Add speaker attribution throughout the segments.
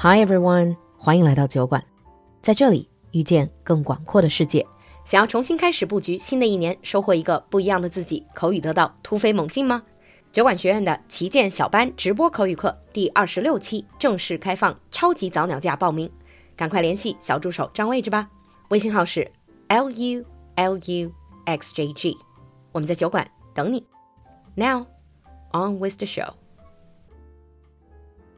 Speaker 1: Hi everyone，欢迎来到酒馆，在这里遇见更广阔的世界。想要重新开始布局新的一年，收获一个不一样的自己，口语得到突飞猛进吗？酒馆学院的旗舰小班直播口语课第二十六期正式开放，超级早鸟价报名，赶快联系小助手占位置吧。微信号是 l u l u x j g，我们在酒馆等你。Now on with the show.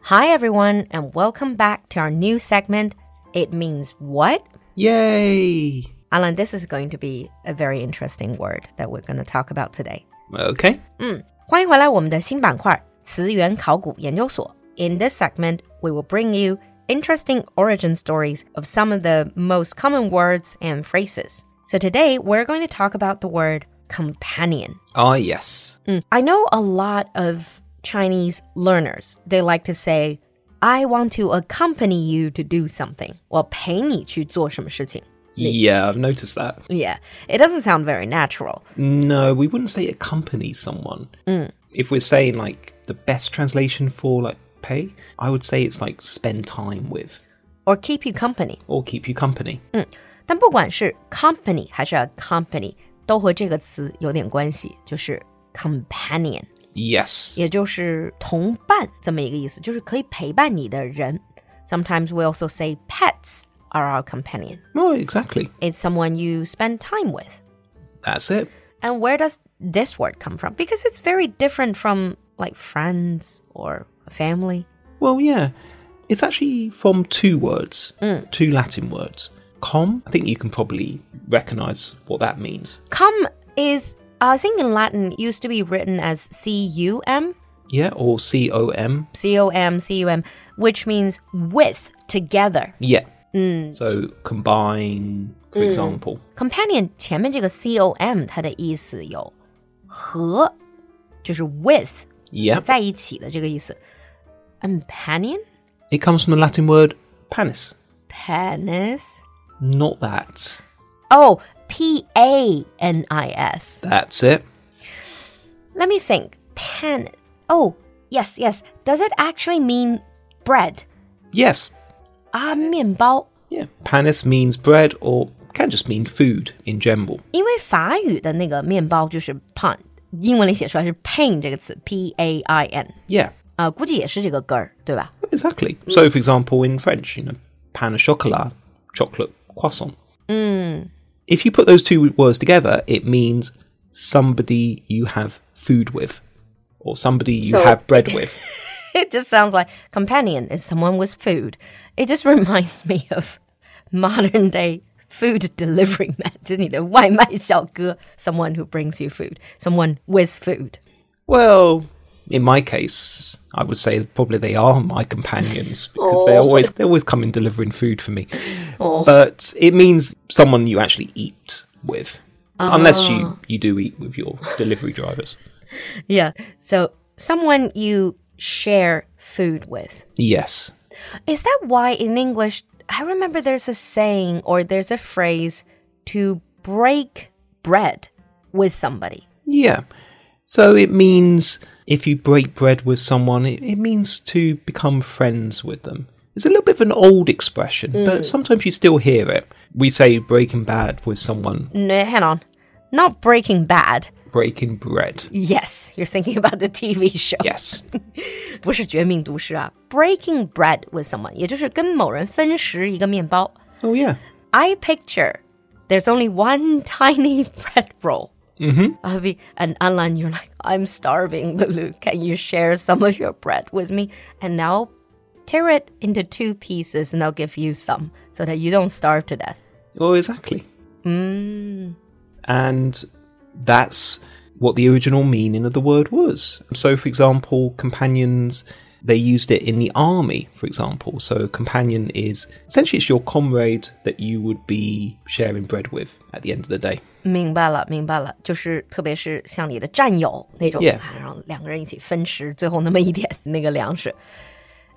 Speaker 1: Hi, everyone, and welcome back to our new segment. It means what?
Speaker 2: Yay!
Speaker 1: Alan, this is going to be a very interesting word that we're going to talk about today. Mm.
Speaker 2: Okay.
Speaker 1: 欢迎回来我们的新板块词源考古研究所。In this segment, we will bring you interesting origin stories of some of the most common words and phrases. So today, we're going to talk about the word companion.
Speaker 2: Ah, yes.
Speaker 1: Mm. I know a lot of Chinese learners. They like to say, I want to accompany you to do something. 我陪你去做什么事情.
Speaker 2: Yeah, I've noticed that.
Speaker 1: Yeah, it doesn't sound very natural.
Speaker 2: No, we wouldn't say accompany someone. If we're saying like the best translation for like pay, I would say it's like spend time with
Speaker 1: Or keep you company.
Speaker 2: or keep you company.
Speaker 1: 但不管是 company 还是 accompany，都和这个词有点关系，就是 companion，
Speaker 2: Yes.
Speaker 1: 也就是同伴这么一个意思，就是可以陪伴你的人。Sometimes we also say pets are our companion.
Speaker 2: Oh, exactly.
Speaker 1: It's someone you spend time with.
Speaker 2: That's it.
Speaker 1: And where does this word come from? Because it's very different from like friends or family.
Speaker 2: Well, yeah. It's actually from two words, two Latin words. Com, I think you can probably recognize what that means.
Speaker 1: Come is, uh, I think in Latin, used to be written as C U M,
Speaker 2: Yeah, or C O M.
Speaker 1: C O M, C U M, which means with, together.
Speaker 2: Yeah. So combine, for example.
Speaker 1: Companion 前面这个 C O M 它的意思有和，就是 with
Speaker 2: Yep.
Speaker 1: 在一起的这个意思。Companion,
Speaker 2: It comes from the Latin word panis.
Speaker 1: penis.
Speaker 2: Not that.
Speaker 1: Oh, P A N I S.
Speaker 2: That's it.
Speaker 1: Let me think. Pen. Oh, yes, yes. Does it actually mean bread?
Speaker 2: Yes.
Speaker 1: Ah, 面包。
Speaker 2: Yeah. Panis means bread or can just mean food in general.
Speaker 1: 因为法语的那个面包就是 pan，英文里写出来是 pain 这个词，p a i n，
Speaker 2: Yeah.
Speaker 1: 啊、估计也是这个根儿，对吧？
Speaker 2: Exactly. So, for example, in French, you know, pan au chocolat, chocolate croissant.
Speaker 1: 嗯
Speaker 2: If you put those two words together, it means somebody you have food with or somebody you
Speaker 1: So-
Speaker 2: have bread with.
Speaker 1: ，It just sounds like companion is someone with food. It just reminds me of modern day food delivery man，就是你的外卖小哥，someone who brings you food, someone with food.
Speaker 2: Well, in my case, I would say probably they are my companions because they always they always come in delivering food for me. But it means someone you actually eat with, unless you you do eat with your delivery drivers.
Speaker 1: Yeah, so someone you share food with.
Speaker 2: Yes,
Speaker 1: Is that why in English, I remember there's a saying or there's a phrase to break bread with somebody?
Speaker 2: yeah. So it means if you break bread with someone, it, it means to become friends with them. It's a little bit of an old expression, but sometimes you still hear it. We say breaking bad with someone,
Speaker 1: No, hang on. Not breaking bad.
Speaker 2: breaking bread.
Speaker 1: Yes, you're thinking about the TV show.
Speaker 2: Yes.
Speaker 1: 不是绝命毒师啊, breaking bread with someone. 也就是跟某人分食一个面包.
Speaker 2: Oh yeah.
Speaker 1: I picture there's only one tiny bread roll. Mm-hmm. I'll be, and Alan, you're like, I'm starving, Lulu. Can you share some of your bread with me? And now tear it into two pieces and I'll give you some so that you don't starve to death.
Speaker 2: Oh, exactly. And that's what the original meaning of the word was. So, for example, companions, they used it in the army, for example. So, a companion is essentially it's your comrade that you would be sharing bread with at the end of the day.
Speaker 1: 明白了，明白了，就是特别是像你的战友那种
Speaker 2: Yeah.
Speaker 1: 啊然后两个人一起分食最后那么一点那个粮食。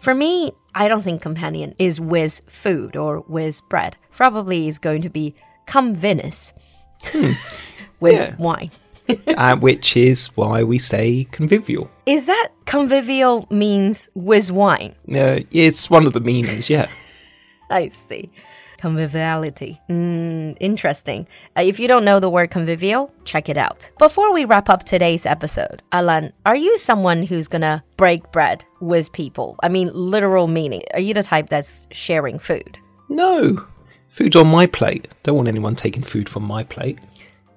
Speaker 1: For me, I don't think companion is with food or with bread. Probably is going to be come Venice with
Speaker 2: Hmm. Yeah.
Speaker 1: wine.
Speaker 2: uh, which is why we say convivial.
Speaker 1: Is that convivial means with wine?
Speaker 2: Uh, it's one of the meanings, yeah.
Speaker 1: I see. Conviviality. Mm, interesting. Uh, if you don't know the word convivial, check it out. Before we wrap up today's episode, Alan, are you someone who's gonna break bread with people? I mean, literal meaning. Are you the type that's sharing food?
Speaker 2: No. Food's on my plate. Don't want anyone taking food from my plate.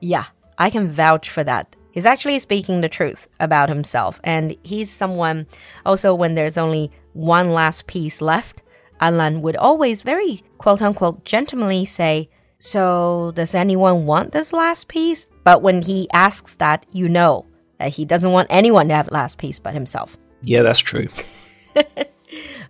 Speaker 1: Yeah, I can vouch for that. He's actually speaking the truth about himself, and he's someone also when there's only one last piece left, Alan would always very quote unquote gentlemanly say, So, does anyone want this last piece? But when he asks that, you know that he doesn't want anyone to have last piece but himself.
Speaker 2: Yeah, that's true.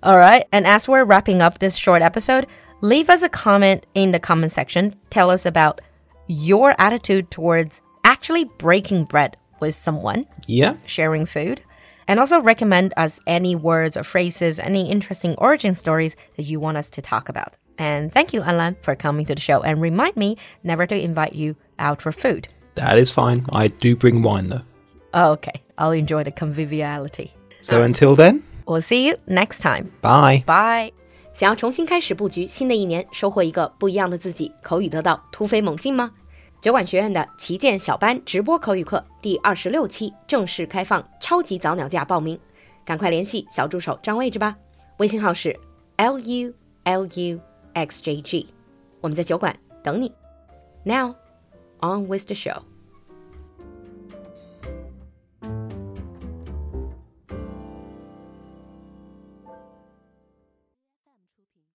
Speaker 1: All right, and as we're wrapping up this short episode, leave us a comment in the comment section. Tell us about your attitude towards actually breaking bread with someone,
Speaker 2: Yeah.
Speaker 1: sharing food, and also recommend us any words or phrases, any interesting origin stories that you want us to talk about. And thank you, Alan, for coming to the show. And remind me never to invite you out for food.
Speaker 2: That is fine. I do bring wine though.
Speaker 1: Okay, I'll enjoy the conviviality.
Speaker 2: So until then,
Speaker 1: We'll see you next time.
Speaker 2: bye.
Speaker 1: Bye. 想要重新开始布局新的一年，收获一个不一样的自己，口语得到突飞猛进吗？酒馆学院的旗舰小班直播口语课第二十六期正式开放，超级早鸟价报名，赶快联系小助手占位置吧。微信号是 l u l u x j g，我们在酒馆等你。Now on with the show.